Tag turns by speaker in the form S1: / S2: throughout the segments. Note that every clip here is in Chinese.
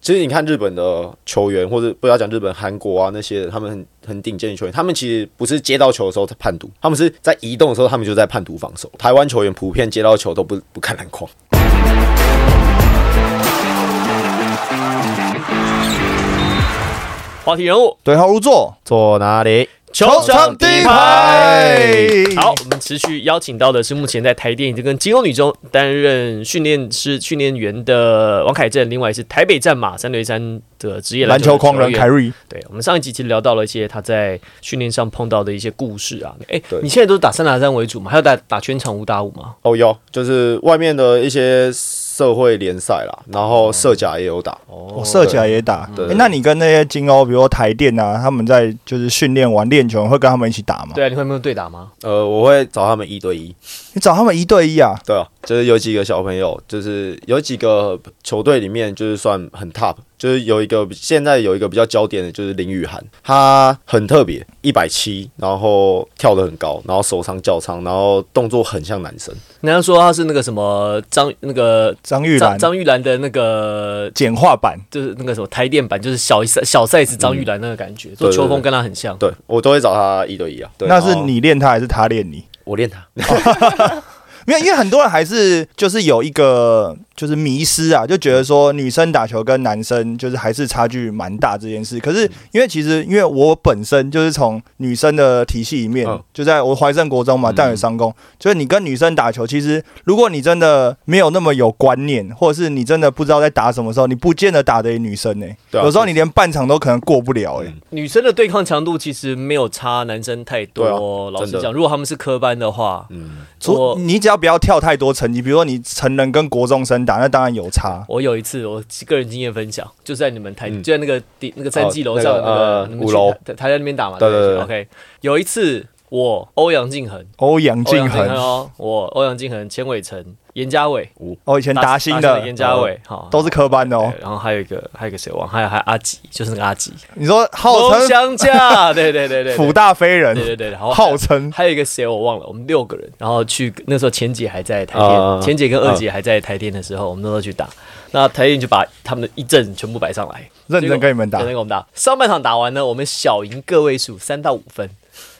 S1: 其实你看日本的球员，或者不要讲日本、韩国啊那些人，他们很很顶尖的球员，他们其实不是接到球的时候在判读，他们是在移动的时候，他们就在判读防守。台湾球员普遍接到球都不不看篮筐。
S2: 话题人物
S3: 对号入座，
S1: 坐哪里？
S2: 球场第一排。好，我们持续邀请到的是目前在台电已经跟金融女中担任训练师、训练员的王凯正，另外是台北战马三对三的职业
S3: 篮球狂人
S2: 球员
S3: 凯瑞，
S2: 对，我们上一集其实聊到了一些他在训练上碰到的一些故事啊。哎、
S1: 对
S2: 你现在都是打三打三为主嘛？还有打打全场五打五吗？
S1: 哦，有，就是外面的一些社会联赛啦，然后社甲也有打。
S3: 我射起来也打。
S1: 哦对嗯
S3: 诶那你跟那些金欧，比如说台电啊，他们在就是训练完练球，会跟他们一起打吗？
S2: 对啊，你会没有对打吗？
S1: 呃，我会找他们一对一。
S3: 你找他们一对一啊？
S1: 对啊，就是有几个小朋友，就是有几个球队里面就是算很 top，就是有一个现在有一个比较焦点的，就是林雨涵，他很特别，一百七，然后跳得很高，然后手长脚长，然后动作很像男生。
S2: 人家说他是那个什么张那个
S3: 张玉
S2: 张
S3: 兰
S2: 张玉兰的那个
S3: 简化版，
S2: 就是那个什么台电版，就是小 size 小 size 张玉兰那个感觉，做
S1: 对对
S2: 球风
S1: 对
S2: 跟他很像。
S1: 对我都会找他一对一啊。对，
S3: 那是
S1: 然后
S3: 你练他还是他练你？
S1: 我练他，
S3: 没有，因为很多人还是就是有一个就是迷失啊，就觉得说女生打球跟男生就是还是差距蛮大这件事。可是因为其实因为我本身就是从女生的体系里面，
S1: 嗯
S3: 就在我怀圣国中
S2: 嗯
S3: 嘛，淡水商工，所以你跟女生打球，其实如果你真的没有那么有观念，或者是你真的不知道在打什么时候，你不见得打得赢女生呢、
S1: 对啊
S3: 有时候你连半场都可能过不了哎、
S1: 嗯
S2: 女生的对啊抗强度其实没有差男生太多。
S1: 对啊
S2: 老实
S1: 真的
S2: 讲，如果他们是科班的话，
S1: 嗯，
S3: 除
S2: 我
S3: 你只要不要跳太多层级，比如说你成人跟国中生打，那当然有差。
S2: 我有一次我个人经验分享，就在你们台，
S1: 嗯
S2: 就在那个地那个战绩楼上
S1: 哦
S2: 的
S1: 那
S2: 那
S1: 个
S2: 个、
S1: 呃
S2: 你们去
S1: 五楼
S2: 台台在那边打嘛。
S1: 对
S2: 不
S1: 对对
S2: OK，有一次我欧阳靖恒，
S3: 欧
S2: 欧
S3: 阳
S2: 阳
S3: 靖
S2: 靖恒
S3: 恒，
S2: 哦，我欧阳靖恒、钱伟成、严家伟，
S3: 哦，以前达兴
S2: 达
S3: 的
S2: 严家伟，好
S3: 都是科班的哦
S2: 对。然后还有一个，还有一个谁忘？还有还有阿吉，就是那个阿吉，
S3: 你说号
S2: 龙
S3: 称
S2: 相架，对对对对，
S3: 辅
S2: 对
S3: 大非
S2: 对
S3: 人，
S2: 对对，然哦后
S3: 号称
S2: 还有一个谁我忘了，我们六个人，然后去那时候前姐还在台电，
S1: 啊
S2: 前姐跟二姐还在台电的时候，我们那时候去打，那台电就把他们的一阵全部摆上来，
S3: 认真跟你们打
S2: 认真，跟我们打。上半场打完呢，我们小赢个位数三到五分，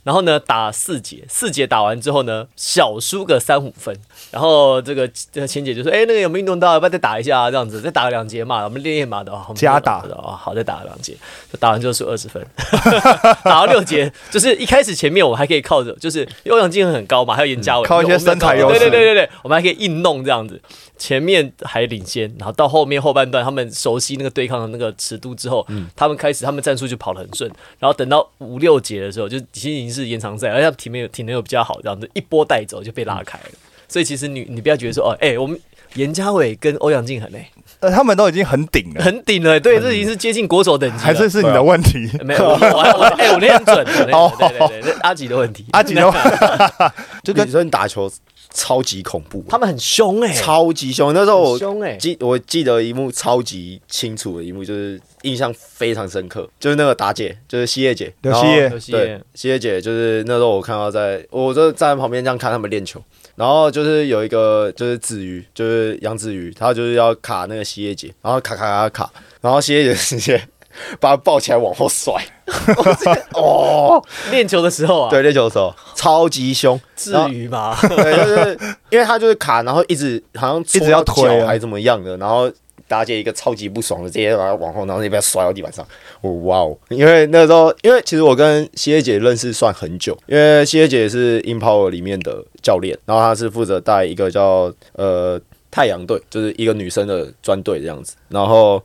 S2: 然后呢打四节，四节打完之后呢小输个三五分，然后这个这个千姐就说：“哎、那个有没有运动到？要不要再打一下、啊？这样子再打个两节嘛，我们练练嘛的。哦”我们
S3: 加打
S2: 的哦，好，再打个两节，就打完之后输二十分， 打到六节，就是一开始前面我们还可以靠着，就是因为欧阳靖恒很高嘛，还有严家伟，
S3: 嗯靠一些
S2: 我们
S3: 身材优势
S2: 对对对对对，我们还可以硬弄这样子。前面还领先，然后到后面后半段，他们熟悉那个对抗的那个尺度之后，
S3: 嗯
S2: 他们开始他们战术就跑得很顺，然后等到五六节的时候，就已经已经是延长赛，而且体能有体能又比较好，这样子一波带走就被拉开了。所以其实你你不要觉得说哦，哎、我们严家伟跟欧阳靖恒哎、
S3: 呃，他们都已经很顶 了，
S2: 很顶了、对，这已经是接近国手等级了。
S3: 还是是你的问题？
S2: 没有，我我我哎、我那天很准，我
S3: 哦
S2: 那天对对对对，那阿吉的问题，
S3: 阿 吉的
S2: 啊
S3: 话，
S1: 就
S3: 就跟
S1: 女生打球超级恐怖，
S2: 他们很凶哎、
S1: 超级凶。那时候
S2: 很
S1: 我
S2: 凶哎、
S1: 记我记得一幕超级清楚的一幕，就是印象非常深刻，就是那个达姐，就是西叶姐，
S3: 刘
S1: 然后
S3: 希叶
S2: 游戏
S1: 对，西叶姐就是那时候我看到在，我就站在旁边这样看他们练球，然后就是有一个就是子瑜，就是杨子瑜，他就是要卡那个西叶姐，然后卡卡卡卡，然后西叶姐直接把他抱起来往后甩，我这个哦，
S2: 练球的时候啊，
S1: 对，练球的时候超级凶，
S2: 至于吗？
S1: 对，就是因为他就是卡，然后一直好像一
S3: 一直要推啊
S1: 还怎么样的，然后达姐一个超级不爽的，直接把他往后，然后那边摔到地板上。我哇哦！因为那时候，因为其实我跟西叶姐认识算很久，因为西叶姐是 Empower 里面的教练，然后她是负责带一个叫呃太阳队，就是一个女生的专队这样子，然后。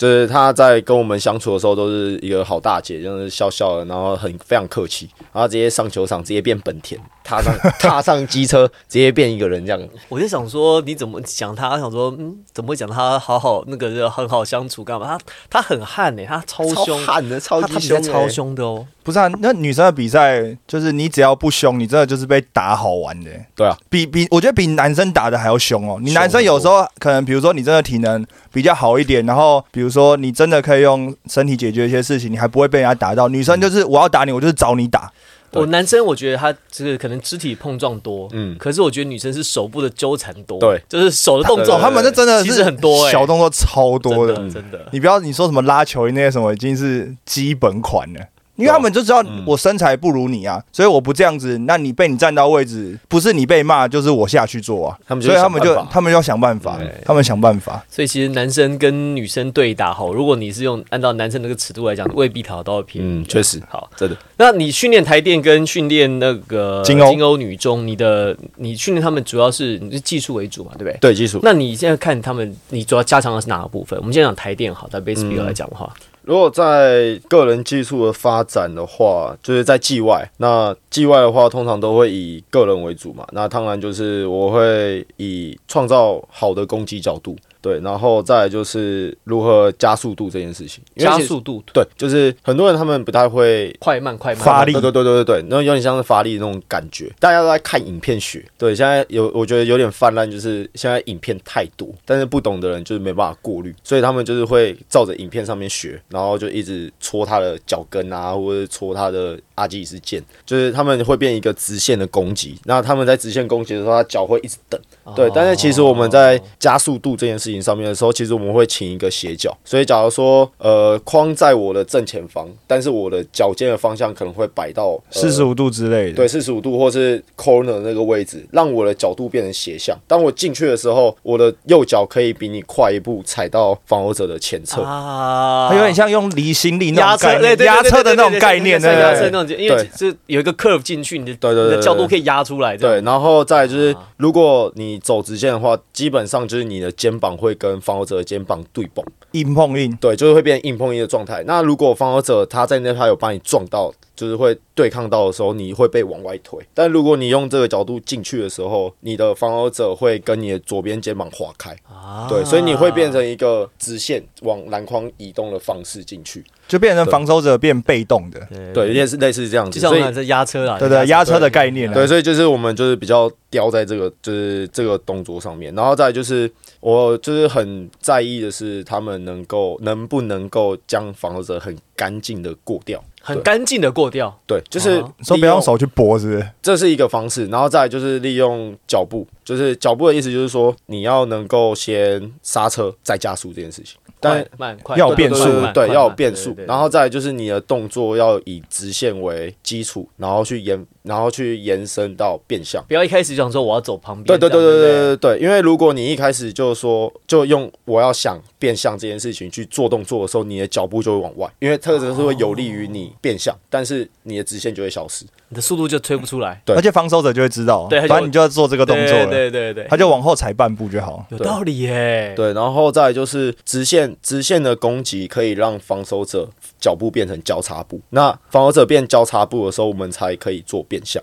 S1: 就是她在跟我们相处的时候，都是一个好大姐，就是笑笑的，然后很非常客气，然后直接上球场，直接变本田，踏上 踏上机车，直接变一个人这样。
S2: 我就想说，你怎么讲他？想说，嗯，怎么会讲他好好那个很好相处干嘛？他他很悍呢、他超
S1: 超
S2: 凶，
S1: 悍的，超
S2: 他
S1: 级凶、欸
S2: 他比
S3: 哎
S2: 赛超。凶的哦。
S3: 不是啊？那女生的比赛就是你只要不凶，你真的就是被打好玩的。
S1: 对啊，
S3: 比比，我觉得比男生打的还要凶哦。你男生有时候可能，比如说你真的体能比较好一点，然后比如说你
S2: 嗯
S3: 真的可以用身体解决一些事情，你还不会被人家打到。女生就是我要打你，我就是找你打，
S1: 对
S2: 我男生我觉得他这个可能肢体碰撞多，
S1: 嗯
S2: 可是我觉得女生是手部的纠缠多，
S1: 对
S2: 就是手的动
S1: 对
S2: 作，
S1: 对
S3: 他们这真的
S2: 其
S3: 是
S2: 实很多欸
S3: 小动作超多的。
S2: 真的真的，
S3: 你不要你说什么拉球衣那些什么，已经是基本款了。因为他们就知道我身材不如你啊，所以我不这样子，那你被你占到位置，不是你被骂，就是我下去做啊。
S1: 他们就
S3: 所以他们
S1: 想
S3: 就
S1: 办法
S3: 他们就要想办法
S1: 对，
S3: 他们想办法。
S2: 所以其实男生跟女生对打吼，如果你是用按照男生那个尺度来讲，未必讨到会便宜。
S1: 嗯确实
S2: 好，
S1: 真的
S2: 那你训练台电跟训练那个
S3: 金欧
S2: 女中，你的你训练他们主要是你是技术为主嘛，对不对？
S1: 对技术。
S2: 那你现在看他们，你主要加强的是哪个部分？我们先讲台电好，在 baseball 来讲的话，
S1: 如果在个人技术的发展的话，就是在季外。那季外的话，通常都会以个人为主嘛。那当然就是我会以创造好的攻击角度，对，然后再来就是如何加速度这件事情。因为
S2: 加
S1: 其实
S2: 速度、
S1: 对，就是很多人他们不太会
S2: 快慢、快慢、
S3: 发力
S1: 对对对对对，对那有点像是发力那种感觉。大家都在看影片学，对，现在有我觉得有点泛滥，就是现在影片太多，但是不懂的人就是没办法过滤，所以他们就是会照着影片上面学，然后就一直戳他的脚跟啊，或者是戳他的阿基里斯腱，就是他们会变一个直线的攻击。那他们在直线攻击的时候，他脚会一直蹬。
S2: 哦
S1: 对，但是其实我们在加速度这件事情上面的时候，其实我们会请一个斜角。所以假如说，呃，框在我的正前方，但是我的脚尖的方向可能会摆到
S3: 四十
S1: 五。
S3: 五度之类的，
S1: 对，四十五度或是 corner 那个位置，让我的角度变成斜向。当我进去的时候，我的右脚可以比你快一步踩到防守者的前侧。
S2: 啊
S3: 它有点像用离心力那
S2: 压
S3: 种概
S2: 车，对
S3: 念，
S2: 对
S3: 压车的那种概念，对
S2: 对
S3: 不
S2: 压车
S3: 对？
S2: 那种，因为这有一个 curve 进去，你的
S1: 对对对
S2: 你
S1: 对
S2: 的角度可以压出来，
S1: 对，，然后再来就是
S2: 啊，
S1: 如果你走直线的话，基本上就是你的肩膀会跟防守者的肩膀对碰。
S3: 硬碰硬，
S1: 对，就是会变成硬碰硬的状态。那如果防守者他在那他有把你撞到，就是会对抗到的时候，你会被往外推。但如果你用这个角度进去的时候，你的防守者会跟你的左边肩膀划开，
S2: 啊
S1: 对，所以你会变成一个直线往篮筐移动的方式进去，
S3: 就变成
S1: 对
S3: 防守者变被动的，
S1: 对，有点是类似这样子。
S2: 就像
S1: 所
S2: 我
S1: 以
S2: 们在压车啦，
S3: 对不对？压车的概念啊，
S1: 对，所以就是我们就是比较雕在这个就是这个动作上面，然后再来就是我就是很在意的是他们能够能不能够将防守者很干净的过掉。
S2: 很干净的过掉，
S1: 对，就是
S2: 哦
S3: 说
S1: 利
S3: 不要用手去拨，是不是？
S1: 这是一个方式，然后再来就是利用脚步，就是脚步的意思就是说你要能够先刹车再加速这件事情，但
S2: 快慢快
S3: 要有
S2: 慢
S3: 变
S2: 快
S3: 速
S2: 慢
S1: 对，
S2: 快
S1: 要有
S2: 慢
S1: 变
S2: 对
S1: 速
S2: 对，对
S1: 然后再来就是你的动作要以直线为基础，然后去延，然后去延伸到变向。
S2: 不要一开始就想说我要走旁边，
S1: 对对
S2: 这
S1: 对对
S2: 样对
S1: 对
S2: 不对
S1: 对对，因为如果你一开始就说就用我要想变向这件事情去做动作的时候，你的脚步就会往外，因为特征是会有利于你变向，但是你的直线就会消失。
S2: 你的速度就推不出来，
S1: 对
S3: 而且防守者就会知道，
S2: 对他就
S3: 反正你就要做这个动作
S1: 啊
S2: 对
S3: 了，
S2: 对对对，
S3: 他就往后踩半步就好。
S2: 有道理耶，
S1: 对，然后再来就是直线，直线的攻击可以让防守者脚步变成交叉步。那防守者变交叉步的时候，我们才可以做变向。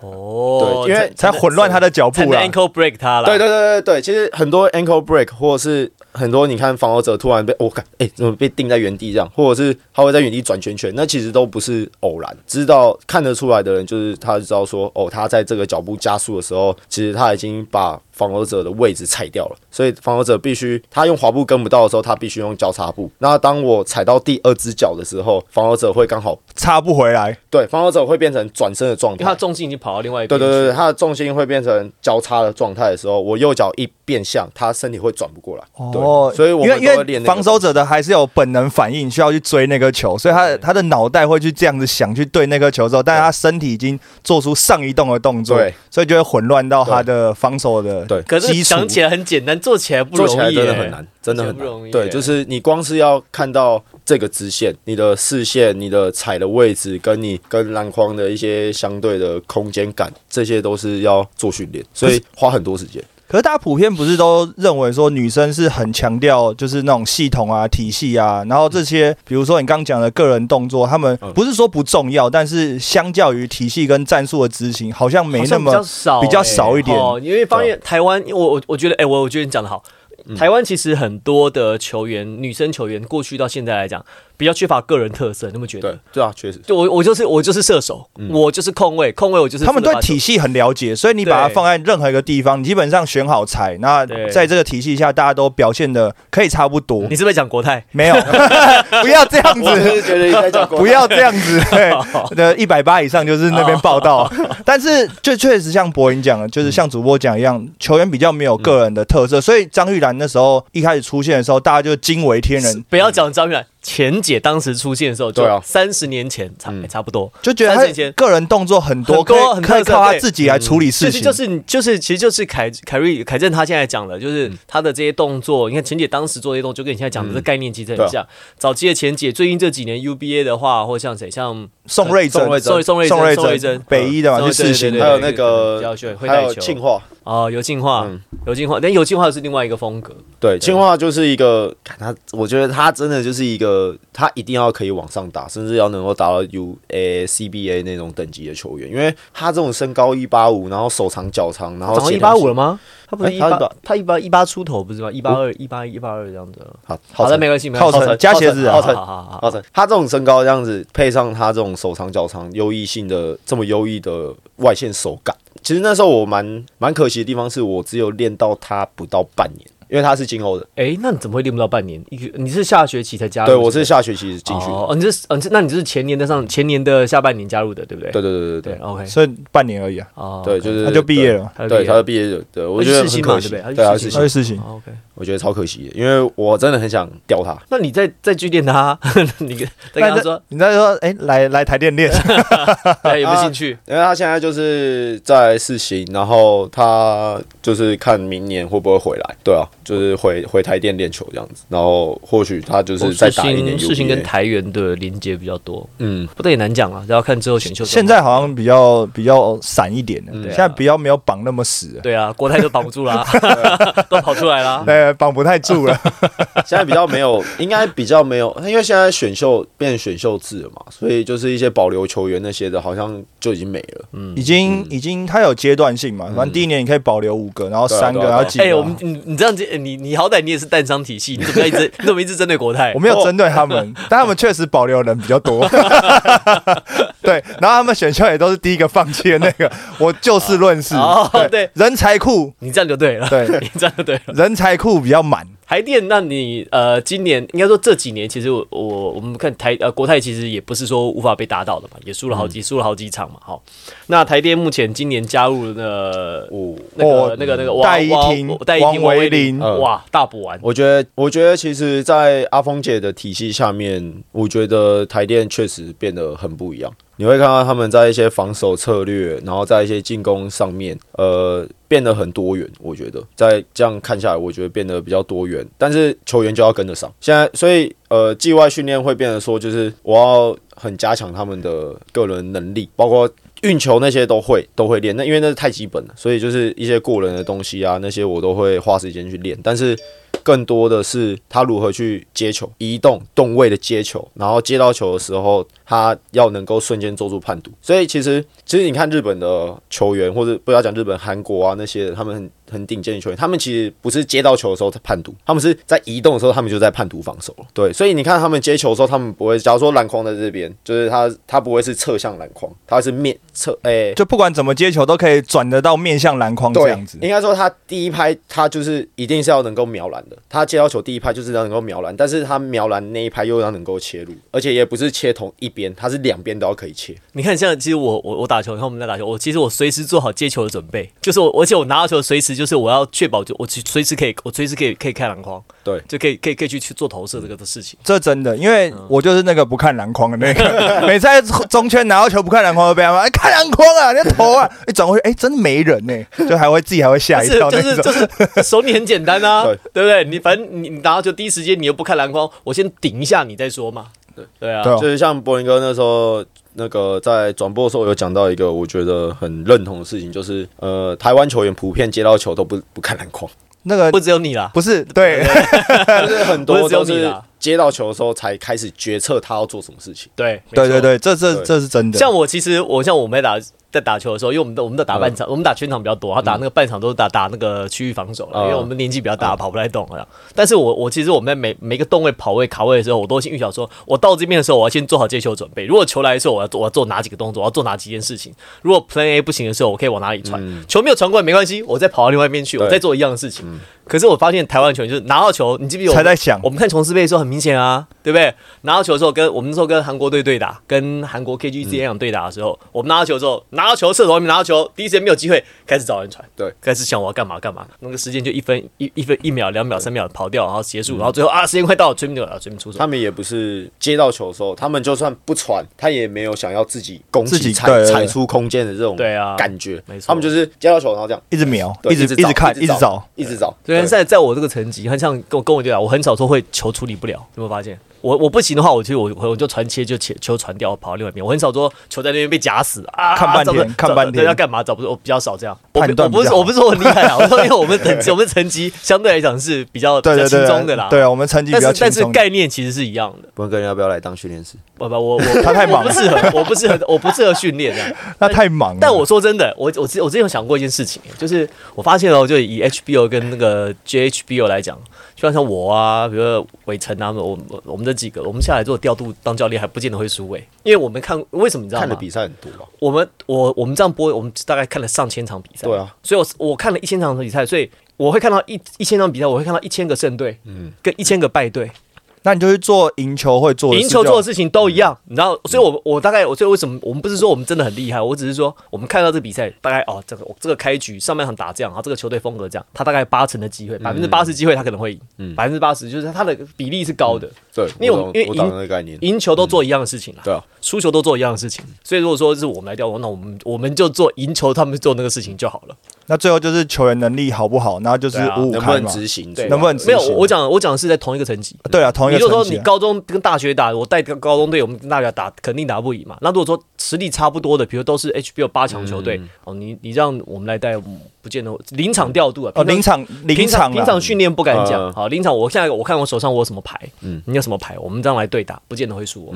S2: 哦，
S1: 对因为
S3: 才混乱他的脚
S2: 才
S3: 步
S2: 能
S3: 啦。
S2: ankle break 他
S1: 啊
S2: 了，
S1: 对对对对对，其实很多 ankle break 或者是很多你看防守者突然被我看，哎、怎么被定在原地这样，或者是他会在原地转圈圈，那其实都不是偶然。知道看得出来的人，就是他知道说，哦，他在这个脚步加速的时候，其实他已经把防守者的位置踩掉了，所以防守者必须他用滑步跟不到的时候，他必须用交叉步。那当我踩到第二只脚的时候，防守者会刚好
S3: 插不回来，
S1: 对防守者会变成转身的状
S2: 因
S1: 态
S2: 为他。的重心已经跑到另外一
S1: 对
S2: 边，
S1: 对对，对，它的重心会变成交叉的状态的时候，我右脚一变向，它身体会转不过来。
S3: 哦
S1: 对，所以我
S3: 因
S1: 们
S3: 为
S1: 都会
S3: 因为
S1: 练那个
S3: 防守者的还是有本能反应，需要去追那颗球，所以他的
S2: 对
S3: 他的脑袋会去这样子想去对那颗球之后，但是他身体已经做出上移动的动作
S1: 对，
S3: 所以就会混乱到他的防守的
S1: 对
S2: 可是
S3: 基础
S2: 想起来很简单，做起来不
S1: 做
S2: 容
S1: 起来
S2: 易，
S1: 真的很难。，真的很
S2: 不容
S1: 难。
S2: 易耶
S1: 对，就是你光是要看到这个直线，你的视线、你的踩的位置，跟你跟篮筐的一些相对的空间感，这些都是要做训练，所以花很多时间。
S3: 可是大家普遍不是都认为说女生是很强调就是那种系统啊、体系啊，然后这些比如说你刚讲的个人动作，他们
S1: 嗯
S3: 不是说不重要，但是相较于体系跟战术的执行，好像没
S2: 好
S3: 那
S2: 像比
S3: 么
S2: 较少，欸
S3: 比较少一点啊
S2: 哦，因为发现台湾，我我我觉得，哎、我我觉得你讲的好。
S3: 嗯
S2: 台湾其实很多的球员，女生球员过去到现在来讲，比较缺乏个人特色，你有没有觉
S1: 对
S2: 得？
S1: 对啊，确实，
S2: 就我我就是我就是射手，我就是控卫，控卫我就是
S3: 嗯他们
S2: 负责
S3: 对
S2: 把球
S3: 体系很了解，所以你把它
S2: 对
S3: 放在任何一个地方，你基本上选好菜，那
S2: 对嗯
S3: 在这个体系下，大家都表现的可以差不多。
S2: 你是不是讲国泰？
S3: 没有， 不要这样
S1: 我只
S3: 子，
S1: 是觉得你在讲国
S3: 不要这样 子。
S2: 哦
S3: 对，一百八以上就是那边报道， 但是就确实像博云讲的，就是像主播讲一样，球员比较没有个人的特色，所以张玉兰那时候一开始出现的时候，大家就惊为天人，
S2: 不要讲张远，钱姐当时出现的时候，就
S1: 对啊
S2: 三十年前差
S3: 嗯
S2: 哎差不多，
S3: 就觉得
S2: 三十年前
S3: 他个人动作很多，
S2: 很
S3: 可
S2: 多
S3: 以
S2: 很
S3: 可以
S2: 特色
S3: 靠他
S2: 对
S3: 自己
S1: 嗯
S3: 来处理事
S2: 其
S3: 情
S2: 实。就是你就是其实就是凯凯瑞凯正他现在讲的，就是
S1: 嗯
S2: 他的这些动作，你看钱姐当时做这些动作，就跟你现在讲的这概念其实
S1: 对
S2: 很
S1: 啊
S2: 像。早期的钱姐，最近这几年 UBA 的话，或像谁，像
S3: 宋瑞珍
S1: 宋，瑞珍
S2: 宋宋瑞
S3: 宋瑞
S2: 珍、宋瑞
S3: 珍
S2: 珍，
S3: 北一的嘛
S2: 宋瑞珍
S3: 就世新
S2: 对对对
S1: 还有
S2: 对
S1: 那
S2: 比较
S1: 个
S2: 学会
S1: 还
S2: 带
S1: 有
S2: 球
S1: 庆化，
S2: 哦，尤进化
S1: 嗯，
S2: 尤进化，但尤进化又是另外一个风格，
S1: 对，青化就是一个，看他，我觉得他真的就是一个，他一定要可以往上打，甚至要能够打到 U A C B A 那种等级的球员，因为他这种身高一八五，然后手长脚长，然后
S2: 哦长到一
S1: 前
S2: 八
S1: 两
S2: 五了吗？他不是一
S1: 哎他哦
S2: 八
S1: 180，
S2: 他一八一八出头不是吗？一八二、一八一、一八二这样子。
S1: 好，好
S2: 好的，
S1: 的，
S2: 没关系，没
S3: 浩
S2: 关系。
S1: 浩
S3: 辰
S1: 辰
S3: 加鞋子啊
S1: 浩，
S2: 好
S1: 辰
S2: 好好好，
S1: 好的，他这种身高这样子，配上他这种手长脚长、优异性的这么优异的外线手感，其实那时候我蛮蛮可惜的地方是我只有练到他不到半年，因为他是金欧的，
S2: 哎，那你怎么会练不到半年？一个你是下学期才加入？
S1: 对我是下学期进去的，
S2: 啊哦，哦你这是，哦你这，那你这是前年的上前年的下半年加入的，对不对？
S1: 对对对对
S2: 对
S1: 对
S2: ，OK，
S3: 所以半年而已啊，
S2: 哦，
S1: 对，就是
S3: 他就毕业了嘛。
S2: 他就
S1: 对，
S2: 毕业
S1: 他
S2: 了
S1: 的毕业就对我觉
S2: 他
S1: 得
S2: 是
S1: 很
S2: 世新嘛
S1: 可惜，
S2: 对不对
S1: 对，
S2: 他
S1: 他
S2: 是世
S1: 是
S2: 新
S1: 世
S3: 所
S1: 新
S3: 以事情
S2: 哦，OK。
S1: 我觉得超可惜的，因为我真的很想吊他。
S2: 那你再再去练他，你跟再跟他说，
S3: 你再说，哎、来来台电练，
S2: 哎，有没有兴趣？
S1: 因为他现在就是在试行，然后他就是看明年会不会回来，对啊，就是回回台电练球这样子，然后或许他就是再
S2: 事
S1: 打一年
S2: 情
S1: U
S2: 事情跟
S1: B，
S2: 台原的连接比较多，
S1: 嗯，
S2: 不过也难讲啊，这要看之后选秀。
S3: 现在好像比较比较散一点了，
S1: 嗯
S3: 现在比较没有绑那么死了，
S2: 对啊，国泰都绑不住啦，都跑出来啦。
S1: 嗯
S3: 呃，绑不太住了。
S1: 现在比较没有，应该比较没有，因为现在选秀变选秀制了嘛，所以就是一些保留球员那些的，好像就已经没了。
S2: 嗯
S3: 已经
S1: 嗯
S3: 已经，它有阶段性嘛，反正第一年你可以保留五个，然后三个，
S1: 对啊对啊
S3: 然后几个。
S2: 哎，我们你你这样子，你你好歹你也是蛋商体系，你怎么要一直 你怎么一直针对国泰
S3: 我？没
S1: 哦
S3: 有针对他 们，但他们确实保留人比较多。 对，然后他们选秀也都是第一个放弃的那个，我就事论事。
S2: 哦对
S3: 人才库，
S2: 你这样就对了，
S3: 对
S2: 你这样就对了。
S3: 人才库比较满。
S2: 台电，那你呃，今年应该说这几年，其实我我我们看台呃国泰其实也不是说无法被打倒的嘛，也输了好几输、了好几场
S3: 嗯
S2: 嘛。好，那台电目前今年加入了
S1: 我
S2: 那个、
S3: 哦
S2: 那个那个
S3: 戴依婷
S2: 王戴依
S3: 王
S2: 婷、
S3: 维
S2: 维
S3: 林
S1: 嗯
S2: 哇，大补完。
S1: 我觉得，我觉得其实，在阿峰姐的体系下面，我觉得台电确实呃变得很不一样。你会看到他们在一些防守策略，然后在一些进攻上面，呃，变得很多元。我觉得在这样看下来，我觉得变得比较多元，但是球员就要跟得上。现在，所以呃，季外训练会变得说，就是我要很加强他们的个人能力，包括运球那些都会都会练，那因为那是太基本了，所以就是一些过人的东西啊，那些我都会花时间去练。但是更多的是他如何去接球、移动、动位的接球，然后接到球的时候，他要能够瞬间做出判读。所以其实其实你看日本的球员，或者不要讲日本、韩国啊那些的，他们很很顶尖的球员，他们其实不是接到球的时候在判读，他们是在移动的时候，他们就在判读防守了。对，所以你看他们接球的时候，他们不会，假如说篮筐在这边，就是他他不会是侧向篮筐，他是面侧诶。
S3: 就不管怎么接球，都可以转得到面向篮筐这
S1: 对啊
S3: 样子，。
S1: 应该说他第一拍他就是一定是要能够瞄篮的，他接到球第一拍就是要能够瞄篮，但是他瞄篮那一拍又要能够切入，而且也不是切同一边，他是两边都要可以切。
S2: 你看，像其实我我我打球，你看我们在打球，我其实我随时做好接球的准备，就是我，而且我拿到球随时就是我要确保就我随随时可以，我随时可以可以开篮筐，
S1: 对
S2: 就可以可以可以去去做投射这个的事情。
S3: 这真的，因
S2: 嗯
S3: 为我就是那个不看篮筐的那个，每次在中圈拿到球不看篮筐都被他骂，哎，看篮筐啊，你在投啊，一转过去，哎，真没人呢、就还会自己还会吓
S2: 但
S3: 一
S2: 是
S3: 跳那
S2: 就
S3: 种。
S2: 是就是 手里很简单啊，对
S1: 对
S2: 不对？你反正你你拿到球第一时间你又不看篮筐，我先顶一下你再说嘛。对对啊，
S3: 对哦
S1: 就是像柏林哥那时候那个在转播的时候有讲到一个我觉得很认同的事情，就是呃，台湾球员普遍接到球都不不看篮筐，
S3: 那个
S2: 不只有你啦，
S3: 不是对，
S1: 就是很
S2: 不
S1: 多
S2: 是只有
S1: 都
S2: 你
S1: 是
S2: 啦
S1: 接到球的时候才开始决策他要做什么事情。
S2: 对
S3: 对对
S2: 没错
S3: 对，这这
S1: 对
S3: 这是真的。
S2: 像我其实我像我们在打在打球的时候，因为我们的我们的打半场，
S1: 嗯
S2: 我们打全场比较多，他打那个半场都是打打那个区域防守了，
S1: 嗯
S2: 因为我们年纪比较大，跑不太动了。但是我我其实我们在每每个动位、跑位、卡位的时候，我都先预想说，我到这边的时候，我要先做好接球准备。如果球来的时候，我要做我要做哪几个动作，我要做哪几件事情。如果 Plan A 不行的时候，我可以往哪里传？球没有传过来没关系，我再跑到另外一边去，
S1: 嗯对嗯
S2: 我再做一样的事情。可是我发现台湾球员就是拿到球，你记不记得我
S3: 才
S2: 们
S3: 在想
S2: 我们看琼斯杯的时候很明显啊，对不对？拿到球的时候跟我们那时候跟韩国队对打，跟韩国 KGC 联想对打的时
S3: 嗯
S2: 候，我们拿到球之后，拿到球射手外面拿到球，第一时间没有机会，开始找人传，
S1: 对，
S2: 开始想我要干嘛干嘛，那个时间就一分一一分一秒两秒三秒跑掉，然后结束，
S3: 嗯
S2: 然后最后啊时间快到了，追命了，追命出手
S1: 他。们也不是接到球的时候，他们就算不传，他也没有想要自己攻
S3: 自
S1: 击
S3: 己对
S1: 踩
S3: 对对
S1: 踩出空间的这种
S2: 对啊
S1: 感觉，
S2: 没错
S1: 他们就是接到球然后这样，
S3: 一直瞄，
S1: 对
S3: 直
S1: 直
S3: 一直看，一
S1: 一
S3: 直找。，
S1: 一直找。
S2: 虽然
S1: 对
S2: 在在我这个层级，很像跟我跟我对打，我很少说会球处理不了，有没有发现？我我不行的话，我就我我就传切就切球传掉，跑到另外一边。我很少说球在那边被夹死啊，
S3: 看半天
S2: 找不
S3: 看
S2: 找
S3: 半天
S2: 不到要干嘛？找不到，我比较少这样。我
S3: 判
S2: 不
S3: 断
S2: 我不是
S3: 比较好
S2: 我不是说我很厉害啊， 我说因为我们等级我们层级相对来讲是比较比
S3: 对
S2: 较
S3: 对
S2: 轻
S3: 对
S2: 松的
S3: 对
S2: 啦，
S3: 对啊，我们成绩比
S2: 但
S3: 较
S2: 是
S3: 轻
S2: 但是
S3: 松。
S2: 概念其实是一样的。
S1: 文哥，你要不要来当训练师？
S2: 不不，我我
S3: 他太忙
S2: 我不适合，我不适合，我不适合训练这样。
S3: 那太忙
S1: 嗯
S3: 了。
S2: 但我说真的，我我之我之前有想过一件事情，就是我发现哦，就以 HBO 跟那个 JHBO 来讲，就像像我啊，比如说伟成啊，我我我们这几个，我们下来做调度当教练还不见得会输诶、因为我们看为什么你知道
S1: 看的
S2: 吗？
S1: 比赛很多啊吧？
S2: 我们我我们这样播，我们大概看了上千场比赛，
S1: 对啊，
S2: 所以我我看了一千场比赛，所以我会看到一一千场比赛，我会看到一千个胜队，嗯，跟一千个败队，
S3: 那你就去做赢球会做的事
S2: 赢球
S3: 就
S2: 做的事情都一样，你知道，所以我我大概我所以为什么我们不是说我们真的很厉害，我只是说我们看到这比赛大概哦这个这个开局上半场打这样，然后这个球队风格这样，他大概八成的
S3: 嗯
S2: 机会，百分之八十机会他可能会赢，百分之八十就是他的比例是高的，
S3: 嗯
S1: 对，
S2: 因为
S1: 我
S2: 我们
S1: 懂
S2: 因为
S1: 我懂
S2: 赢
S1: 那个概念。
S2: 赢球都做一样的事情啦，
S1: 对啊，
S2: 输球都做一样的事情，所以如果说是我们来调，那我们我们就做赢球他们做那个事情就好了。
S3: 那最后就是球员能力好不好，然后就是
S2: 对啊
S3: 五五
S1: 能不
S3: 开
S1: 能
S3: 嘛。
S1: 执行？
S2: 对，
S3: 能不能执
S2: 没有，
S3: 行
S2: 我讲我讲的是在同一个层级，
S3: 对啊，同
S2: 你
S3: 一个
S2: 就
S3: 层
S2: 说
S3: 级
S2: 你
S3: 啊。
S2: 高中跟大学打，我带个高中队，我们跟大学打肯定打不赢嘛。那如果说实力差不多的，比如都是 HBO 八强球队，
S1: 嗯
S2: 哦，你你让我们来带，嗯不见得临场调度啊，
S3: 哦，
S2: 平常
S3: 临场临
S2: 平
S3: 场
S2: 常
S3: 啦
S2: 平常训练不敢讲，
S1: 嗯
S2: 好，临场我现在我看我手上我有什么牌，
S1: 嗯
S2: 你有什么牌，我们这样来对打，不见得会输哦。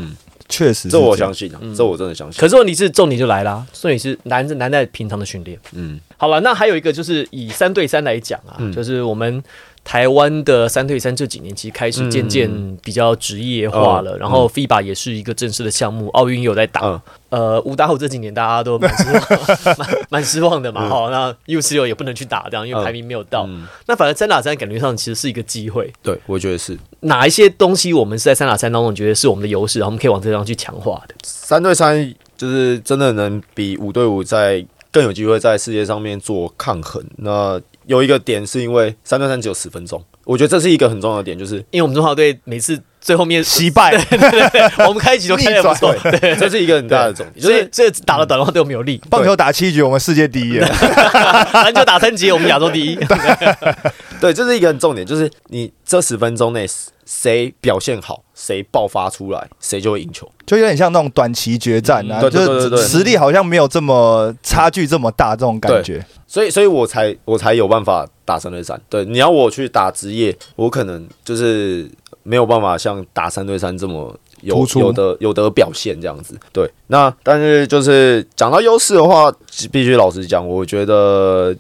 S3: 确实是
S1: 这我
S3: 样
S1: 相信啊，这我真的相信。
S2: 可是问题是重点就来啦，重点是难是难在平常的训练。
S1: 嗯，
S2: 好了，那还有一个就是以三对三来讲啊，就是我们台湾的三对三这几年其实开始渐渐
S1: 嗯
S2: 比较职业化了，然后 FIBA 也是一个正式的项目，奥运也有在打。
S1: 哦嗯
S2: 呃，五打五这几年大家都蛮失望，蛮蛮失望 的嘛。好、
S1: 嗯
S2: 那 U 十六也不能去打，这样因为排名没有到。那反正三打三感觉上其实是一个机会，
S1: 对，我觉得是
S2: 哪一些东西我们是在三打三当中觉得是我们的优势，然后我们可以往这方去强化的。
S1: 三对三，就是真的能比五对五在更有机会在世界上面做抗衡。那有一个点是因为三对三只有十分钟，我觉得这是一个很重要的点， 就是
S2: 因为我们中华队每次最后面
S3: 惜败，
S2: 我们开局都开的不错， 对，
S1: 这是一个很大的重点，就
S2: 所以
S1: 是
S2: 所以打了短的话对我 们有利，
S3: 棒球打七局，我们世界第一了。
S2: 篮球打三节我们亚 洲第一，
S1: 对，这是一个很重点，就是你这十分钟内谁表现好，谁爆发出来，谁就会赢球。
S3: 就有点像那种短期决战
S1: 嗯
S3: 啊，
S1: 对
S3: 就
S1: 对对对对
S3: 是实力好像没有这么差距这么大这种感觉。
S1: 所以，所以我才我才有办法打三对三。对，你要我去打职业，我可能就是没有办法像打三对三这么
S3: 突
S1: 有
S3: 出
S1: 有的有的表现这样子。对，那但是就是讲到优势的话，必须老实讲，我觉得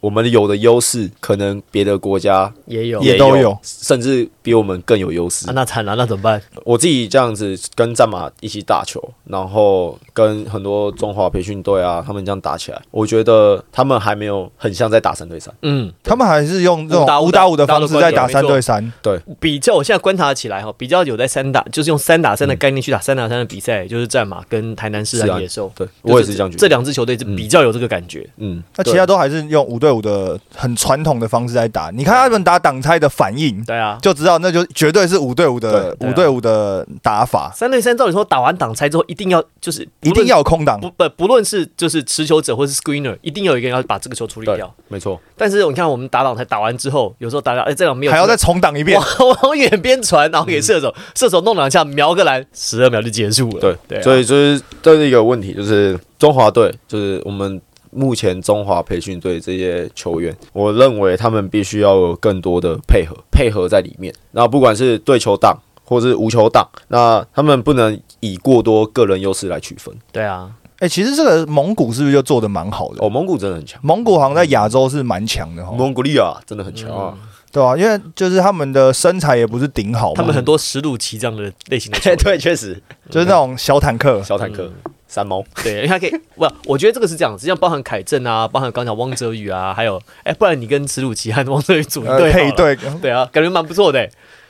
S1: 我们有的优势，可能别的国家
S2: 也有
S3: 也都
S1: 有，
S3: 有
S1: 甚至比我们更有优势
S2: 啊，。那惨了，那怎么办？
S1: 我自己这样子跟战马一起打球，然后跟很多中华培训队啊，他们这样打起来，我觉得他们还没有很像在打三对三。
S2: 嗯，
S3: 他们还是用这种
S2: 五打五
S3: 五
S2: 的
S3: 打五的方式在打
S2: 五打
S3: 三
S2: 五的观点
S3: 对三，
S2: 比较我现在观察起来哈，比较有在三打，就是用三打三的概念去打三打三的比赛，就是战马跟台南市
S1: 是
S2: 和
S1: 啊
S2: 野兽，
S1: 对，
S2: 就
S1: 我也是这样觉得。
S2: 这两支球队是比较有这个感觉，
S1: 嗯，
S3: 那其他都还是用五对五的很传统的方式在打。你看他们打挡拆的反应，
S2: 对啊。
S3: 就知道那就绝对是五对五的
S2: 对对啊
S3: 五对五的打法，
S2: 三对三，照理说打完挡拆之后，一定要就是
S3: 一定要有空档
S2: 不。不不论是就是持球者或是 screener，一定有一个人要把这个球处理
S1: 对
S2: 掉。，
S1: 没错，
S2: 但是你看，我们打挡拆打完之后，有时候打到哎、这两没有
S3: 还要再嗯重挡一遍，
S2: 往往远边传，然后给射手，射手弄两下 瞄个篮，十二秒就结束了。
S1: 对
S2: 对啊、
S1: 所以就是这是一个问题，就是中华队，就是我们目前中华培训队这些球员，我认为他们必须要有更多的配合，配合在里面。那不管是对球档或是无球档，那他们不能以过多个人优势来取分。
S2: 对啊，
S3: 哎、其实这个蒙古是不是就做的蛮好的？
S1: 哦，蒙古真的很强，
S3: 蒙古好像在亚洲是蛮强的哦哈，
S1: 蒙古利亚真的很强啊。
S3: 对吧、因为就是他们的身材也不是顶好嘛，
S2: 他们很多实鲁奇这样的类型的球
S1: 对 对，
S2: 员，
S1: 确实，
S3: 就是那种小坦克，
S1: 小坦克、三毛，
S2: 对，因为他可以不，我觉得这个是这样子，像包含凯正啊，包含刚讲汪哲宇啊，还有哎、不然你跟史鲁奇和汪哲宇组一
S3: 呃
S2: 队、
S3: 配，对，
S2: 对啊，感觉蛮不错的、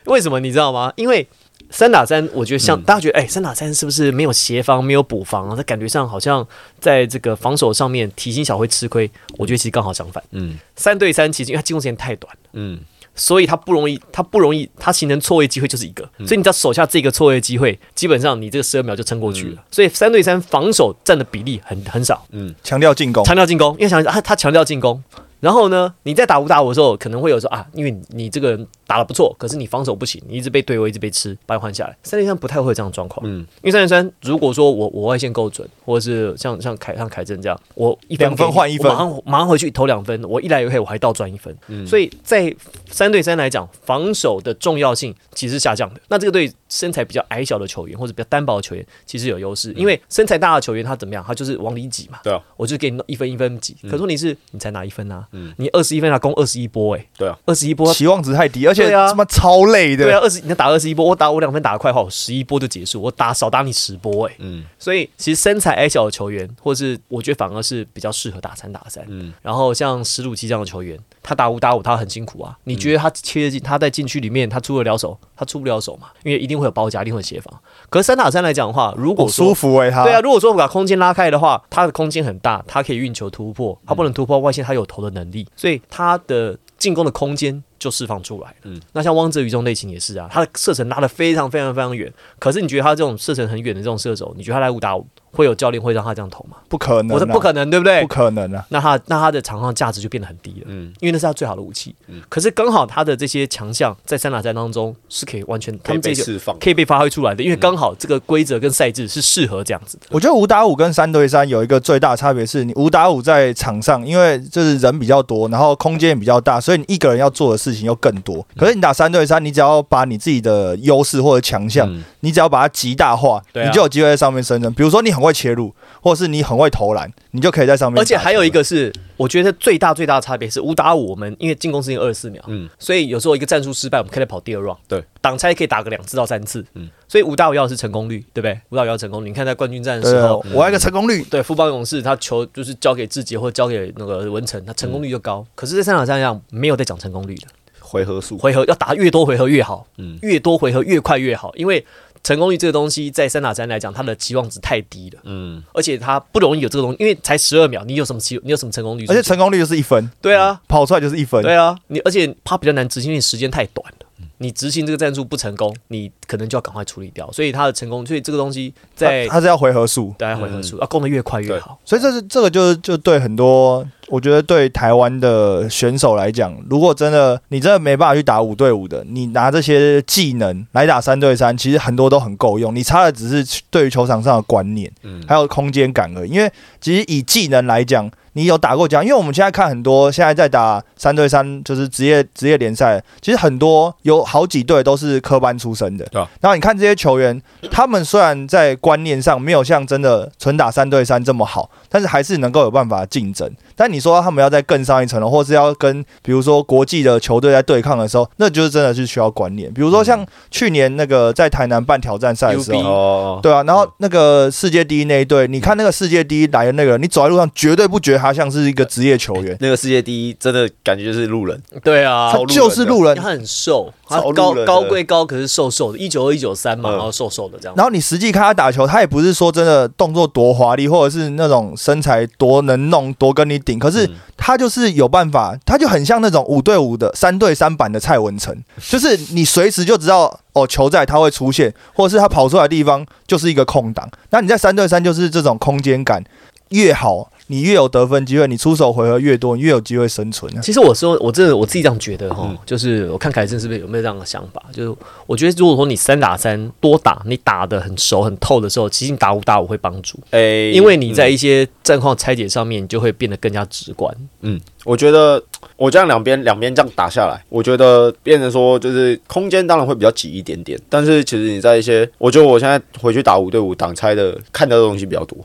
S2: 为什么你知道吗？因为三打三，我觉得像、大家觉得，哎、三打三是不是没有协防，没有补防、啊？他感觉上好像在这个防守上面体型小会吃亏。我觉得其实刚好相反，
S1: 嗯
S2: 三对三其实因为他进攻时间太短，
S1: 嗯，
S2: 所以他不容易，他不容易，他形成错位机会就是一个，所以你只要手下这个错位机会，基本上你这个十二秒就撑过去了。所以三对三防守占的比例很很少，
S3: 强调进攻，
S2: 强调进攻，因为强他他强调进攻。然后呢，你在打五打五的时候，可能会有说啊，因为你你这个人打的不错，可是你防守不行，你一直被对位，一直被吃，把你换下来。三对三不太会有这样的状况，
S1: 嗯
S2: 因为三对三如果说我我外线够准，或者是像像凯像凯正这样，我一
S3: 两分
S2: 给你
S3: 换一分嗯
S2: 我马上马上回去投两分，我一来一回我还倒赚一分，所以在三对三来讲，防守的重要性其实是下降的。那这个对身材比较矮小的球员或者比较单薄的球员其实有优
S3: 嗯
S2: 势，因为身材大的球员他怎么样，他就是往里挤嘛，
S1: 对啊，
S2: 我就给你弄一分一分
S3: 嗯
S2: 挤。可是问题是你才拿一分啊，你二十一分啊，攻二十一波哎、
S1: 对啊，
S2: 二十一波。
S3: 期望值太低，而且
S2: 对啊
S3: 他妈超累
S2: 对啊，
S3: 的，
S2: 二十你打二十一波，我打我两分打得快的话，我十一波就结束，我打少打你十波哎、
S1: 嗯
S2: 所以其实身材矮小的球员，或是我觉得反而是比较适合打三打三。
S1: 嗯
S2: 然后像史鲁奇这样的球员，他打五打五他很辛苦啊。你觉得他切进他在禁区里面他出得了手，他出不了手嘛？因为一定会有包夹，一定会有协防。可是三打三来讲的话，如
S3: 好
S2: 果说、
S3: 舒服哎、他，
S2: 对啊，，如果说我把空间拉开的话，他的空间很大，他可以运球突破，他不能突破外线，他有投的能力，所以他的进攻的空间就释放出来了。
S1: 嗯
S2: 那像汪哲宇这种类型也是啊，他的射程拉得非常非常非常远，可是你觉得他这种射程很远的这种射手，你觉得他来五打五会有教练会让他这样投吗？
S3: 不可能、啊，
S2: 我说不可哎能，对不对
S3: 不？可能啊，
S2: 那他那他的场上价值就变得很低了，
S1: 嗯
S2: 因为那是他最好的武器。可是刚好他的这些强项在三打三当中是可以完全他
S1: 可以
S2: 们
S1: 被
S2: 这些
S1: 释放。嗯
S2: 可以被发挥出来的，因为刚好这个规则跟赛制是适合这样子的。
S3: 我觉得五打五跟三对三有一个最大差别是，你五打五在场上，因为就是人比较多，然后空间也比较大，所以你一个人要做的事情又更多。可是你打三对三，你只要把你自己的优势或者强项，
S1: 嗯
S3: 你只要把它极大化，
S2: 对啊
S3: 你就有机会在上面生存。比如说你很会切入，或者是你很会投篮，你就可以在上面打
S2: 而
S3: 球
S2: 且
S3: 了。
S2: 还有一个是，我觉得最大最大的差别是五打五，我们因为进攻时间二十四秒，
S1: 嗯
S2: 所以有时候一个战术失败，我们可以再跑第二 round，
S1: 对，
S2: 挡拆可以打个两次到三次，
S1: 嗯
S2: 所以五打五要的是成功率，对不对？五打五要的成功率，你看在冠军战的
S3: 对
S2: 时
S3: 啊
S2: 候，，嗯
S3: 我要一个成功率。
S2: 对，富邦勇士他球就是交给志杰或交给那个文成，他成功率就
S3: 嗯
S2: 高。可是，在三场上样没有在讲成功率的，
S1: 回合数，
S2: 回合要打越多回合越好，
S1: 嗯
S2: 越多回合越快越好，因为成功率这个东西在三打三来讲，它的期望值太低了，
S1: 嗯，
S2: 而且它不容易有这个东西，因为才十二秒，你有什么期，你有什么成功率？
S3: 而且成功率就是一分，
S2: 对啊，
S3: 跑出来就是一
S1: 嗯
S3: 分。
S2: 对啊，你而且它比较难执行，因为时间太短了。你执行这个战术不成功，你可能就要赶快处理掉。所以它的成功，所以这个东西在
S3: 它它是要回合数，
S2: 大家回合数要攻得越快越
S1: 嗯对
S2: 好。
S3: 所以这是这个就是就对很多，我觉得对台湾的选手来讲，如果真的你真的没办法去打五对五的，你拿这些技能来打三对三，其实很多都很够用。你差的只是对于球场上的观念，
S1: 嗯
S3: 还有空间感而已。因为其实以技能来讲，你有打过奖，因为我们现在看很多现在在打三对三，就是职业职业联赛，其实很多有好几队都是科班出身的。
S1: 对啊
S3: 然后你看这些球员，他们虽然在观念上没有像真的纯打三对三这么好，但是还是能够有办法竞争。但你说他们要再更上一层楼，或是要跟比如说国际的球队在对抗的时候，那就是真的是需要观念。比如说
S1: 嗯
S3: 像去年那个在台南办挑战赛的时候
S2: UB
S1: 哦，
S3: 对啊，然后那个世界第一那一队，你看那个世界第一来的那个人，你走在路上绝对不觉得他像是一个职业球员，
S1: 那个世界第一真的感觉就是路人，
S2: 对啊，
S3: 他就是哎路人
S2: 因为。他很瘦，他
S1: 超路
S2: 高
S1: 人的
S2: 高归高，可是瘦瘦的，一九二一九三嘛，
S1: 嗯
S2: 然后瘦瘦的这样。
S3: 然后你实际看他打球，他也不是说真的动作多华丽，或者是那种身材多能弄、多跟你顶，可是
S1: 嗯
S3: 他就是有办法，他就很像那种五对五的三对三版的蔡文 成，就是你随时就知道哦，球在他会出现，或者是他跑出来的地方就是一个空档。那你在三对三就是这种空间感越好，你越有得分机会，你出手回合越多，你越有机会生存啊。
S2: 其实我说，我真的我自己这样觉得哈
S1: 嗯，
S2: 就是我看凯正是不是有没有这样的想法？就是我觉得，如果说你三打三多打，你打的很熟很透的时候，其实你打五打五会帮助，
S1: 诶，嗯
S2: 因为你在一些战况拆解上面，你就会变得更加直观。
S1: 嗯，我觉得我这样两边两边这样打下来，我觉得变成说就是空间当然会比较挤一点点，但是其实你在一些，我觉得我现在回去打五对五挡拆的看到的东西比较多。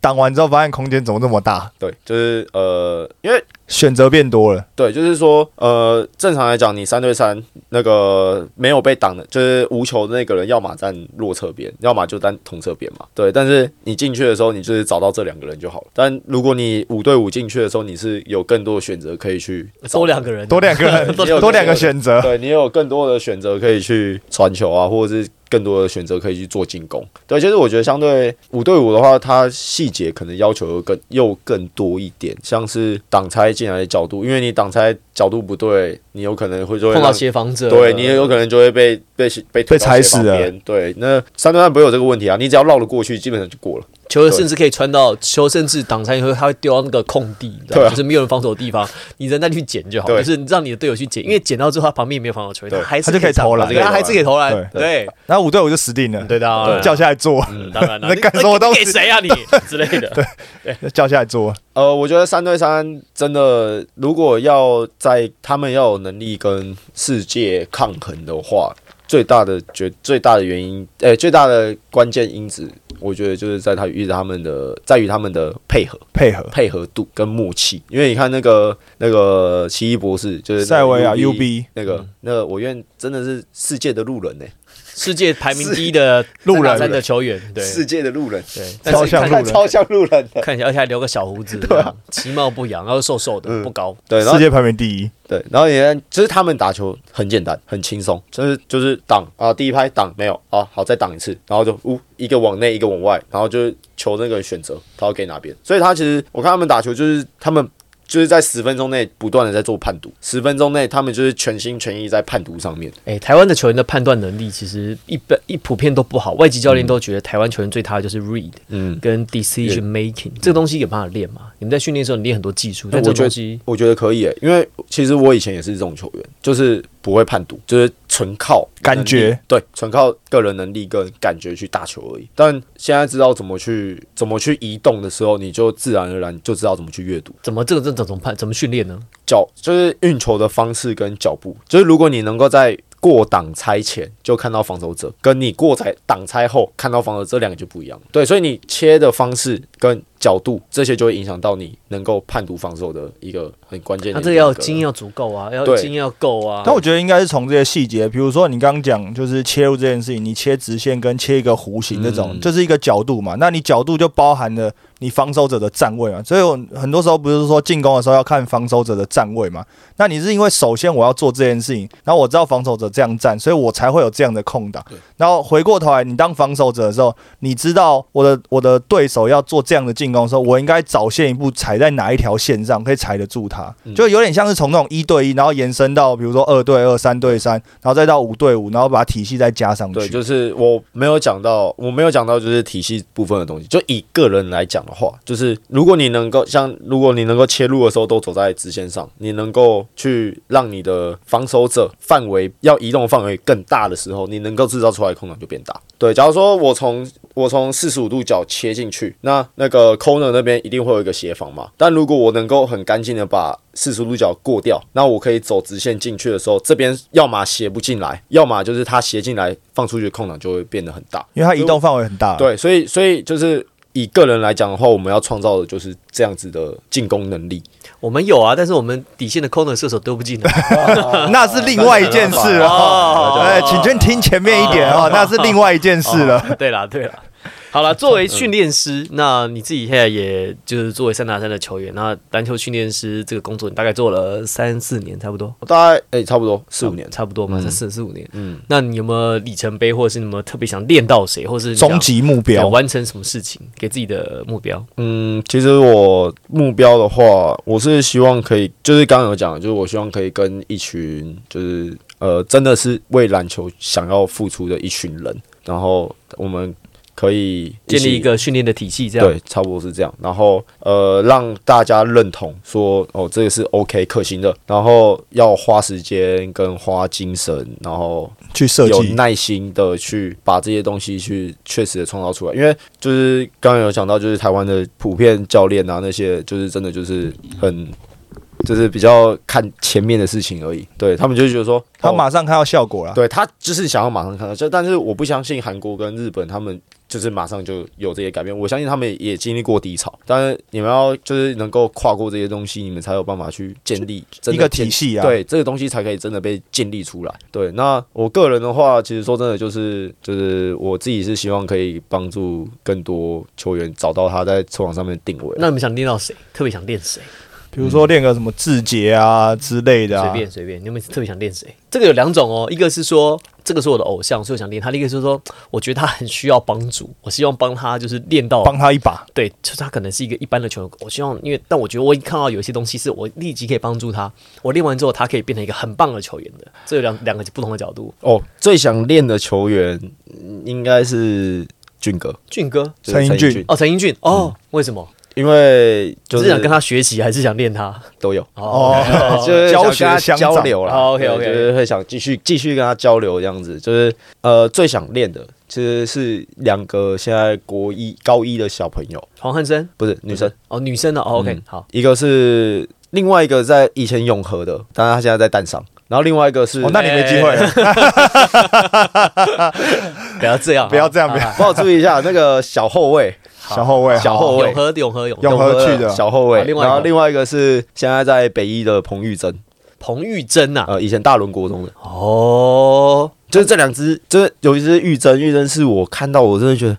S3: 挡完之后发现空间怎么这么大，
S1: 对，就是呃，因为
S3: 选择变多了。
S1: 对，就是说呃，正常来讲，你三对三那个没有被挡的，就是无球的那个人，要么站弱侧边，要么就站同侧边嘛。对，但是你进去的时候，你就是找到这两个人就好了。但如果你五对五进去的时候，你是有更多的选择可以去
S2: 多两个人，
S3: 多两个 人，
S1: 多两个人
S3: 多两个选 择。
S1: 对你有更多的选择可以去传球啊，或者是更多的选择可以去做进攻。对，其实我觉得相对五对五的话，它细节可能要求又更又更多一点，像是挡拆进来的角度，因为你挡拆角度不对，你有可能会就会
S2: 碰到
S1: 让
S2: 协防者，
S1: 对你也有可能就会被被被推
S3: 被踩死了
S1: 了。对，那三对三不会有这个问题啊，你只要绕了过去，基本上就过了。
S2: 球甚至可以穿到球，甚至挡拆以后，他会丢到那个空地，你知道
S1: 对
S2: 吗？
S1: 啊
S2: 就是没有人防守的地方，你人在那去捡就好，
S1: 对
S2: 就是让你的队友去捡，因为捡到之后他旁边也没有防守球员，
S1: 对
S2: 他还是
S3: 他就可以投篮
S2: 上他还是可以投篮，
S1: 对
S2: 对
S3: 然后五对五就死定了，
S2: 对的啊，
S3: 叫下来坐，
S2: 嗯当然了，
S3: 你在干什么东西
S2: 你给谁啊你之类的，
S3: 叫下来坐。
S1: 呃，我觉得三对三真的，如果要在他们要有能力跟世界抗衡的话，最大的绝最大的原因，呃、最大的关键因子，我觉得就是在他与他们的，在于他们的配合、
S3: 配合
S1: 配合度跟默契。因为你看那个那个奇异博士，就是那个
S3: 塞维亚嗯
S1: UB
S3: UB
S1: 那个那个，我愿真的是世界的路人呢、
S2: 世界排名第一的
S3: 路人
S2: 三打三的球员，对
S1: 世界的路人，
S2: 对，但
S3: 超
S2: 是
S3: 像
S2: 看
S3: 路人啊
S1: 超像路人的。
S2: 看起来，而且还留个小胡子，其貌不扬，然后瘦瘦的，
S1: 嗯
S2: 不高，
S1: 对，然后
S3: 世界排名第一，
S1: 对，然后你看，就是他们打球很简单，很轻松，就是就是挡啊，第一拍挡没有啊，好再挡一次，然后就呜、一个往内，一个往外，然后就是球那个人选择他要给哪边，所以他其实我看他们打球就是他们。就是在十分钟内不断的在做判读，十分钟内他们就是全心全意在判读上面。
S2: 哎、台湾的球员的判断能力其实一般一普遍都不好，外籍教练都觉得台湾球员最差的就是 read
S1: 嗯，
S2: 跟 decision making、这个东西有办法练吗？你们在训练的时候你练很多技术，但
S1: 我
S2: 这个
S1: 觉
S2: 东
S1: 得
S2: 西
S1: 我觉得可以、欸，因为其实我以前也是这种球员，就是不会判读，就是纯靠
S3: 感
S1: 能力
S3: 觉，
S1: 对，纯靠个人能力跟感觉去打球而已。但现在知道怎么去怎么去移动的时候，你就自然而然就知道怎么去阅读
S2: 怎么这个这怎么判怎么训练呢？
S1: 脚，就是运球的方式跟脚步。就是如果你能够在过挡拆前就看到防守者，跟你过拆挡拆后看到防守者，这两个就不一样。对，所以你切的方式跟角度这些就会影响到你能够判读防守的一个很关键
S2: 那、
S1: 的一个。
S2: 啊这个要经验要足够啊，要
S1: 对
S2: 经验要够啊。
S3: 但我觉得应该是从这些细节，比如说你刚刚讲就是切入这件事情，你切直线跟切一个弧形这种，
S1: 嗯
S3: 这是一个角度嘛。那你角度就包含了你防守者的站位嘛，所以我很多时候不是说进攻的时候要看防守者的站位嘛。那你是因为首先我要做这件事情，然后我知道防守者这样站，所以我才会有这样的空档。然后回过头来，你当防守者的时候，你知道我的我的对手要做这样的进攻的时候，我应该早先一步踩在哪一条线上可以踩得住他，
S1: 嗯
S3: 就有点像是从那种一对一，然后延伸到比如说二对二、三对三，然后再到五对五，然后把体系再加上去。
S1: 对，就是我没有讲到，我没有讲到就是体系部分的东西。就以个人来讲的话，就是如果你能够像，如果你能够切入的时候都走在直线上，你能够去让你的防守者范围要移动的范围更大的时候，你能够制造出来的空档就变大。对，假如说我从我从四十五度角切进去，那那个 corner 那边一定会有一个协防嘛。但如果我能够很干净的把四十度角过掉，那我可以走直线进去的时候，这边要么斜不进来，要么就是它斜进来放出去的空档就会变得很大。
S3: 因为它移动范围很大，，
S1: 对，所以所以就是以个人来讲的话，我们要创造的就是这样子的进攻能力。
S2: 我们有啊，但是我们底线的 corner 射手丢不进来。
S3: 那是另外一件事
S2: 哦
S3: 了。哎，请先听前面一点 哦，那是另外一件事
S1: 哦
S3: 了。
S2: 对啦，对啦。好了，作为训练师，那你自己现在也就是作为三打三的球员，那篮球训练师这个工作，你大概做了三四年差不多。
S1: 我大概诶、差不多四五年，
S2: 差不多嘛，才四四五年。
S1: 嗯
S2: 那你有没有里程碑，或者是你有没有特别想练到谁，或是你想
S3: 终极目标
S2: 想，完成什么事情，给自己的目标？
S1: 嗯，其实我目标的话，我是希望可以，就是刚刚有讲的，就是我希望可以跟一群，就是呃，真的是为篮球想要付出的一群人，然后我们可以
S2: 建立
S1: 起
S2: 一个训练的体系，这样
S1: 对，差不多是这样。然后呃，让大家认同说，哦，这个是 OK 可行的，然后要花时间跟花精神，然后
S3: 去设
S1: 有
S3: 计，
S1: 耐心的去把这些东西去确实的创造出来，因为就是刚刚有讲到，就是台湾的普遍教练啊那些，就是真的就是很就是比较看前面的事情而已。对他们就觉得说，
S3: 他
S1: 哦
S3: 马上看到效果了。
S1: 对他就是想要马上看到，就但是我不相信韩国跟日本他们就是马上就有这些改变，我相信他们也经历过低潮，但是你们要就是能够跨过这些东西，你们才有办法去建立真
S3: 一
S1: 的
S3: 个
S1: 建
S3: 体系啊，，
S1: 对，这个东西才可以真的被建立出来。对，那我个人的话，其实说真的，就是就是我自己是希望可以帮助更多球员找到他在球场上面的定位。
S2: 那你们想练到谁？特别想练谁？
S3: 比如说练个什么字节啊之类的
S2: 随
S3: 啊，
S2: 便随便，你们特别想练谁？这个有两种哦，一个是说这个是我的偶像，所以我想练他；，另一个是说我觉得他很需要帮助，我希望帮他就是练到
S3: 帮他一把。
S2: 对，就是他可能是一个一般的球员，我希望因为但我觉得我已经看到有一些东西是我立即可以帮助他，我练完之后他可以变成一个很棒的球员的，这有两两个不同的角度。
S1: 哦，最想练的球员嗯应该是俊哥，
S2: 俊哥
S1: 就是
S3: 陈英俊
S2: 哦，陈英俊哦，为什么？
S1: 因为嗯就
S2: 只
S1: 是
S2: 是想跟他学习，还是想练他？
S1: 都有。
S3: 哦，
S1: 就是想
S3: 教
S1: 跟
S3: 学
S1: 他
S3: 相长
S1: 交流啦。
S2: 哦，OK，OK
S1: 对就是会想继续继续跟他交流这样子。就是呃，最想练的其实是两个现在国一高一的小朋友，
S2: 黄汉生
S1: 不是女生，
S2: 哦，女生的哦，OK，好，
S1: 一个是另外一个在以前永和的，当然他现在在淡上。然后另外一个是，
S3: 哦，那你没机会了。
S2: 不要 这样，啊
S3: 不要这样
S2: 好
S3: 不要
S2: 好好
S1: 帮我注意一下那个小后卫，
S3: 小后啊卫，
S1: 小后卫
S2: 哦永和永和永
S3: 永
S2: 和
S3: 和去
S1: 的
S3: 的
S1: 小后卫
S2: 啊。另外一个
S1: 然后另外一个是现在在北一的彭玉珍，
S2: 彭玉珍呐，
S1: 呃，以前大轮国中的。
S2: 哦，
S1: 就是这两只，就是有一只玉珍，玉珍是我看到我真的觉得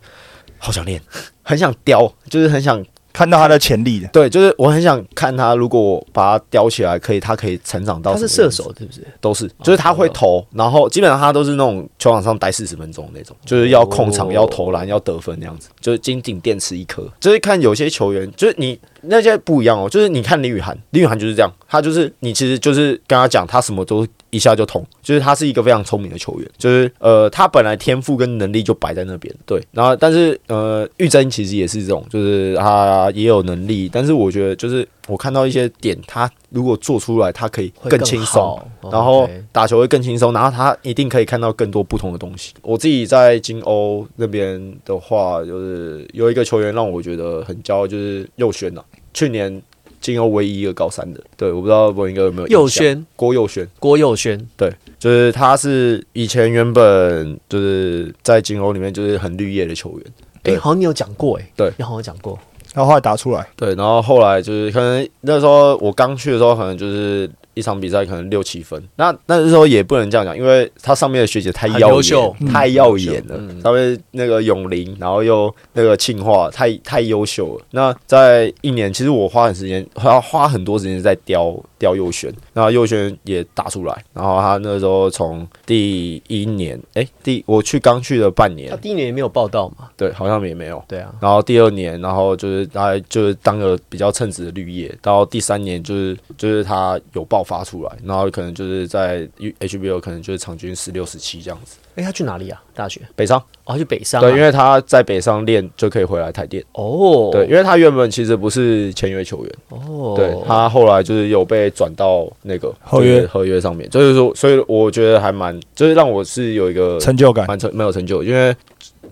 S1: 好想练，很想雕，就是很想
S3: 看到他的潜力的，
S1: 对，就是我很想看它，如果我把它雕起来，可以它可以成长到
S2: 他
S1: 什么
S2: 是
S1: 样
S2: 射
S1: 子，
S2: 手是不是？
S1: 都是，就是他会
S2: 哦
S1: 投，然后基本上他都是那种球场上待四十分钟那种，就是要控场、
S2: 哦
S1: 要投篮、要得分那样子，就是金顶电池一颗。就是看有些球员，就是你那些不一样哦，就是你看林雨涵，林雨涵就是这样，他就是你其实就是跟他讲，他什么都一下就通，就是他是一个非常聪明的球员，就是呃，他本来天赋跟能力就摆在那边，对，然后但是呃，玉珍其实也是这种，就是他也有能力，但是我觉得就是我看到一些点，他如果做出来，他可以
S2: 会
S1: 更轻松
S2: 好。哦
S1: 然后
S2: OK
S1: 打球会更轻松，然后他一定可以看到更多不同的东西。我自己在金欧那边的话，就是有一个球员让我觉得很骄傲，就是佑轩呐、去年金欧唯一一个高三的，对，我不知道文英哥有没有印象
S2: 佑轩
S1: 郭佑轩，
S2: 郭佑轩，
S1: 对，就是他是以前原本就是在金欧里面就是很绿叶的球员，
S2: 哎，
S1: 对
S2: 好像你有讲过哎，
S1: 对
S2: 你好像讲过，
S3: 然后后来打出来，
S1: 对，然后后来就是可能那时候我刚去的时候，可能就是一场比赛可能六七分。那那时候也不能这样讲，因为他上面的学姐太
S2: 很
S1: 耀
S2: 优秀
S1: 眼，太耀眼了。
S2: 嗯
S1: 上面那个永林，然后又那个庆化，太太优秀了。那在一年，其实我花很时间，花花很多时间在雕雕右旋，那右旋也打出来。然后他那时候从第一年，哎，第我去刚去的半
S2: 他
S1: 年，
S2: 第一年也没有报道嘛，
S1: 对，好像也没有。
S2: 对啊，
S1: 然后第二年，然后就是大概就是当个比较称职的绿叶，到第三年就是就是他有爆发出来，然后可能就是在 HBO 可能就是场均十六十七这样子。
S2: 哎，他去哪里啊？大学
S1: 北上
S2: 哦，他去北上啊，
S1: 对，因为他在北上练就可以回来台电，
S2: 哦，
S1: 对，因为他原本其实不是签约球员，
S2: 哦，
S1: 对他后来就是有被转到那个
S3: 合约
S1: 就是合约上面，就是说，所以我觉得还蛮就是让我是有一个
S3: 成就感。
S2: 哦
S1: 蛮成没有成就，因为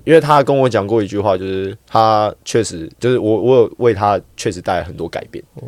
S1: 因为他跟我讲过一句话，就是他确实就是我我有为他确实带来很多改变，
S2: 哦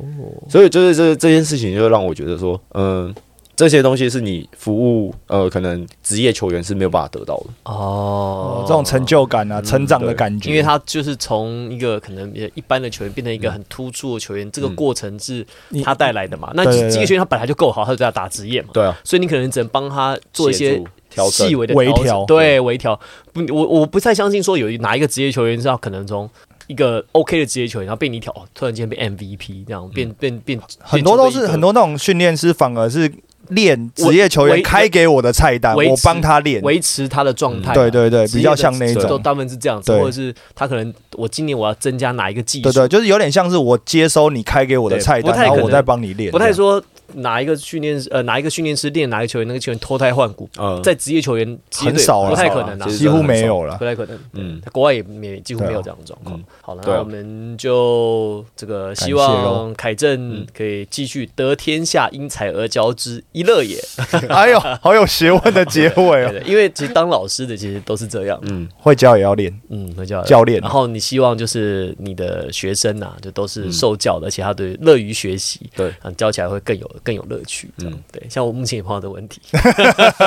S1: 所以就是这这件事情就让我觉得说，嗯。这些东西是你服务呃，可能职业球员是没有办法得到的。
S2: 哦
S3: 哦，，这种成就感啊，成长的感
S2: 嗯
S3: 觉，
S2: 因为他就是从一个可能一般的球员变成一个很突出的球员，这个过程是
S3: 嗯你
S2: 他带来的嘛。那
S3: 对对对
S2: 这个球员他本来就够好，他就在打职业嘛，
S1: 对啊，
S2: 所以你可能只能帮他做一
S1: 协
S2: 些
S1: 助调整
S2: 细微的
S3: 微
S2: 整
S3: 调
S2: 对微调。不，我我不太相信说有哪一个职业球员是要可能从。一个 OK 的职业球员，然后被你挑，哦突然间变 MVP，这样变变变，
S3: 嗯很多都是很
S2: 多
S3: 多那种训练师反而是练职业球员
S2: 维
S3: 开给我的菜单，
S2: 维持
S3: 我帮他练。
S2: 维持他的状态啊。
S3: 嗯对对对，
S2: 职业
S3: 比较像那
S2: 的都
S3: 种。
S2: 大部分是这样子，
S3: 对
S2: 或者是他可能我今年我要增加哪一个技术，
S3: 对对，就是有点像是我接收你开给我的菜
S2: 对
S3: 单，
S2: 不太可
S3: 然
S2: 能
S3: 后我再帮你练。
S2: 不太说哪一个训练呃哪一个训练师练哪一个球员，那个球员脱胎换骨，
S1: 嗯
S2: 在职业球员职业
S3: 很
S2: 队
S3: 少了，
S2: 不太可能
S1: 啦
S2: 啊
S1: 其，实
S3: 几乎没有了
S2: 不。太可能。嗯
S1: 嗯，
S2: 国外也没几乎没有
S3: 对啊
S2: 这样的状况
S1: 嗯。
S2: 好了，
S1: 对啊
S2: 那我们就这个希
S3: 感谢
S2: 望
S3: 咯
S2: 凯正可以继续得天下，因才而教之，一乐也。
S3: 哎呦，好有学问的结尾
S2: 对
S3: 哦！
S2: 对，因为其实当老师的其实都是这样。
S3: 会教也要练，
S2: 嗯，会教
S3: 教练
S2: 然后你希望就是你的学生呐、啊就都是受教的，而且他对乐于学习，
S1: 对
S2: 嗯，教起来会更有更有乐趣。这样、对，像我目前也碰到的问题，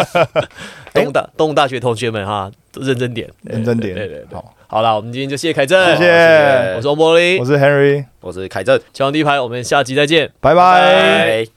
S2: 东大东吴大学同学们哈，都认真点，对
S3: 认真点。
S2: 对对对对
S3: 好，
S2: 好啦，我们今天就谢谢凯正，
S3: 谢谢
S2: 我是王柏林
S3: 我，是 Henry，
S1: 我是凯正，
S2: 前往第一排，我们下集再见。
S3: 拜拜。
S1: 拜。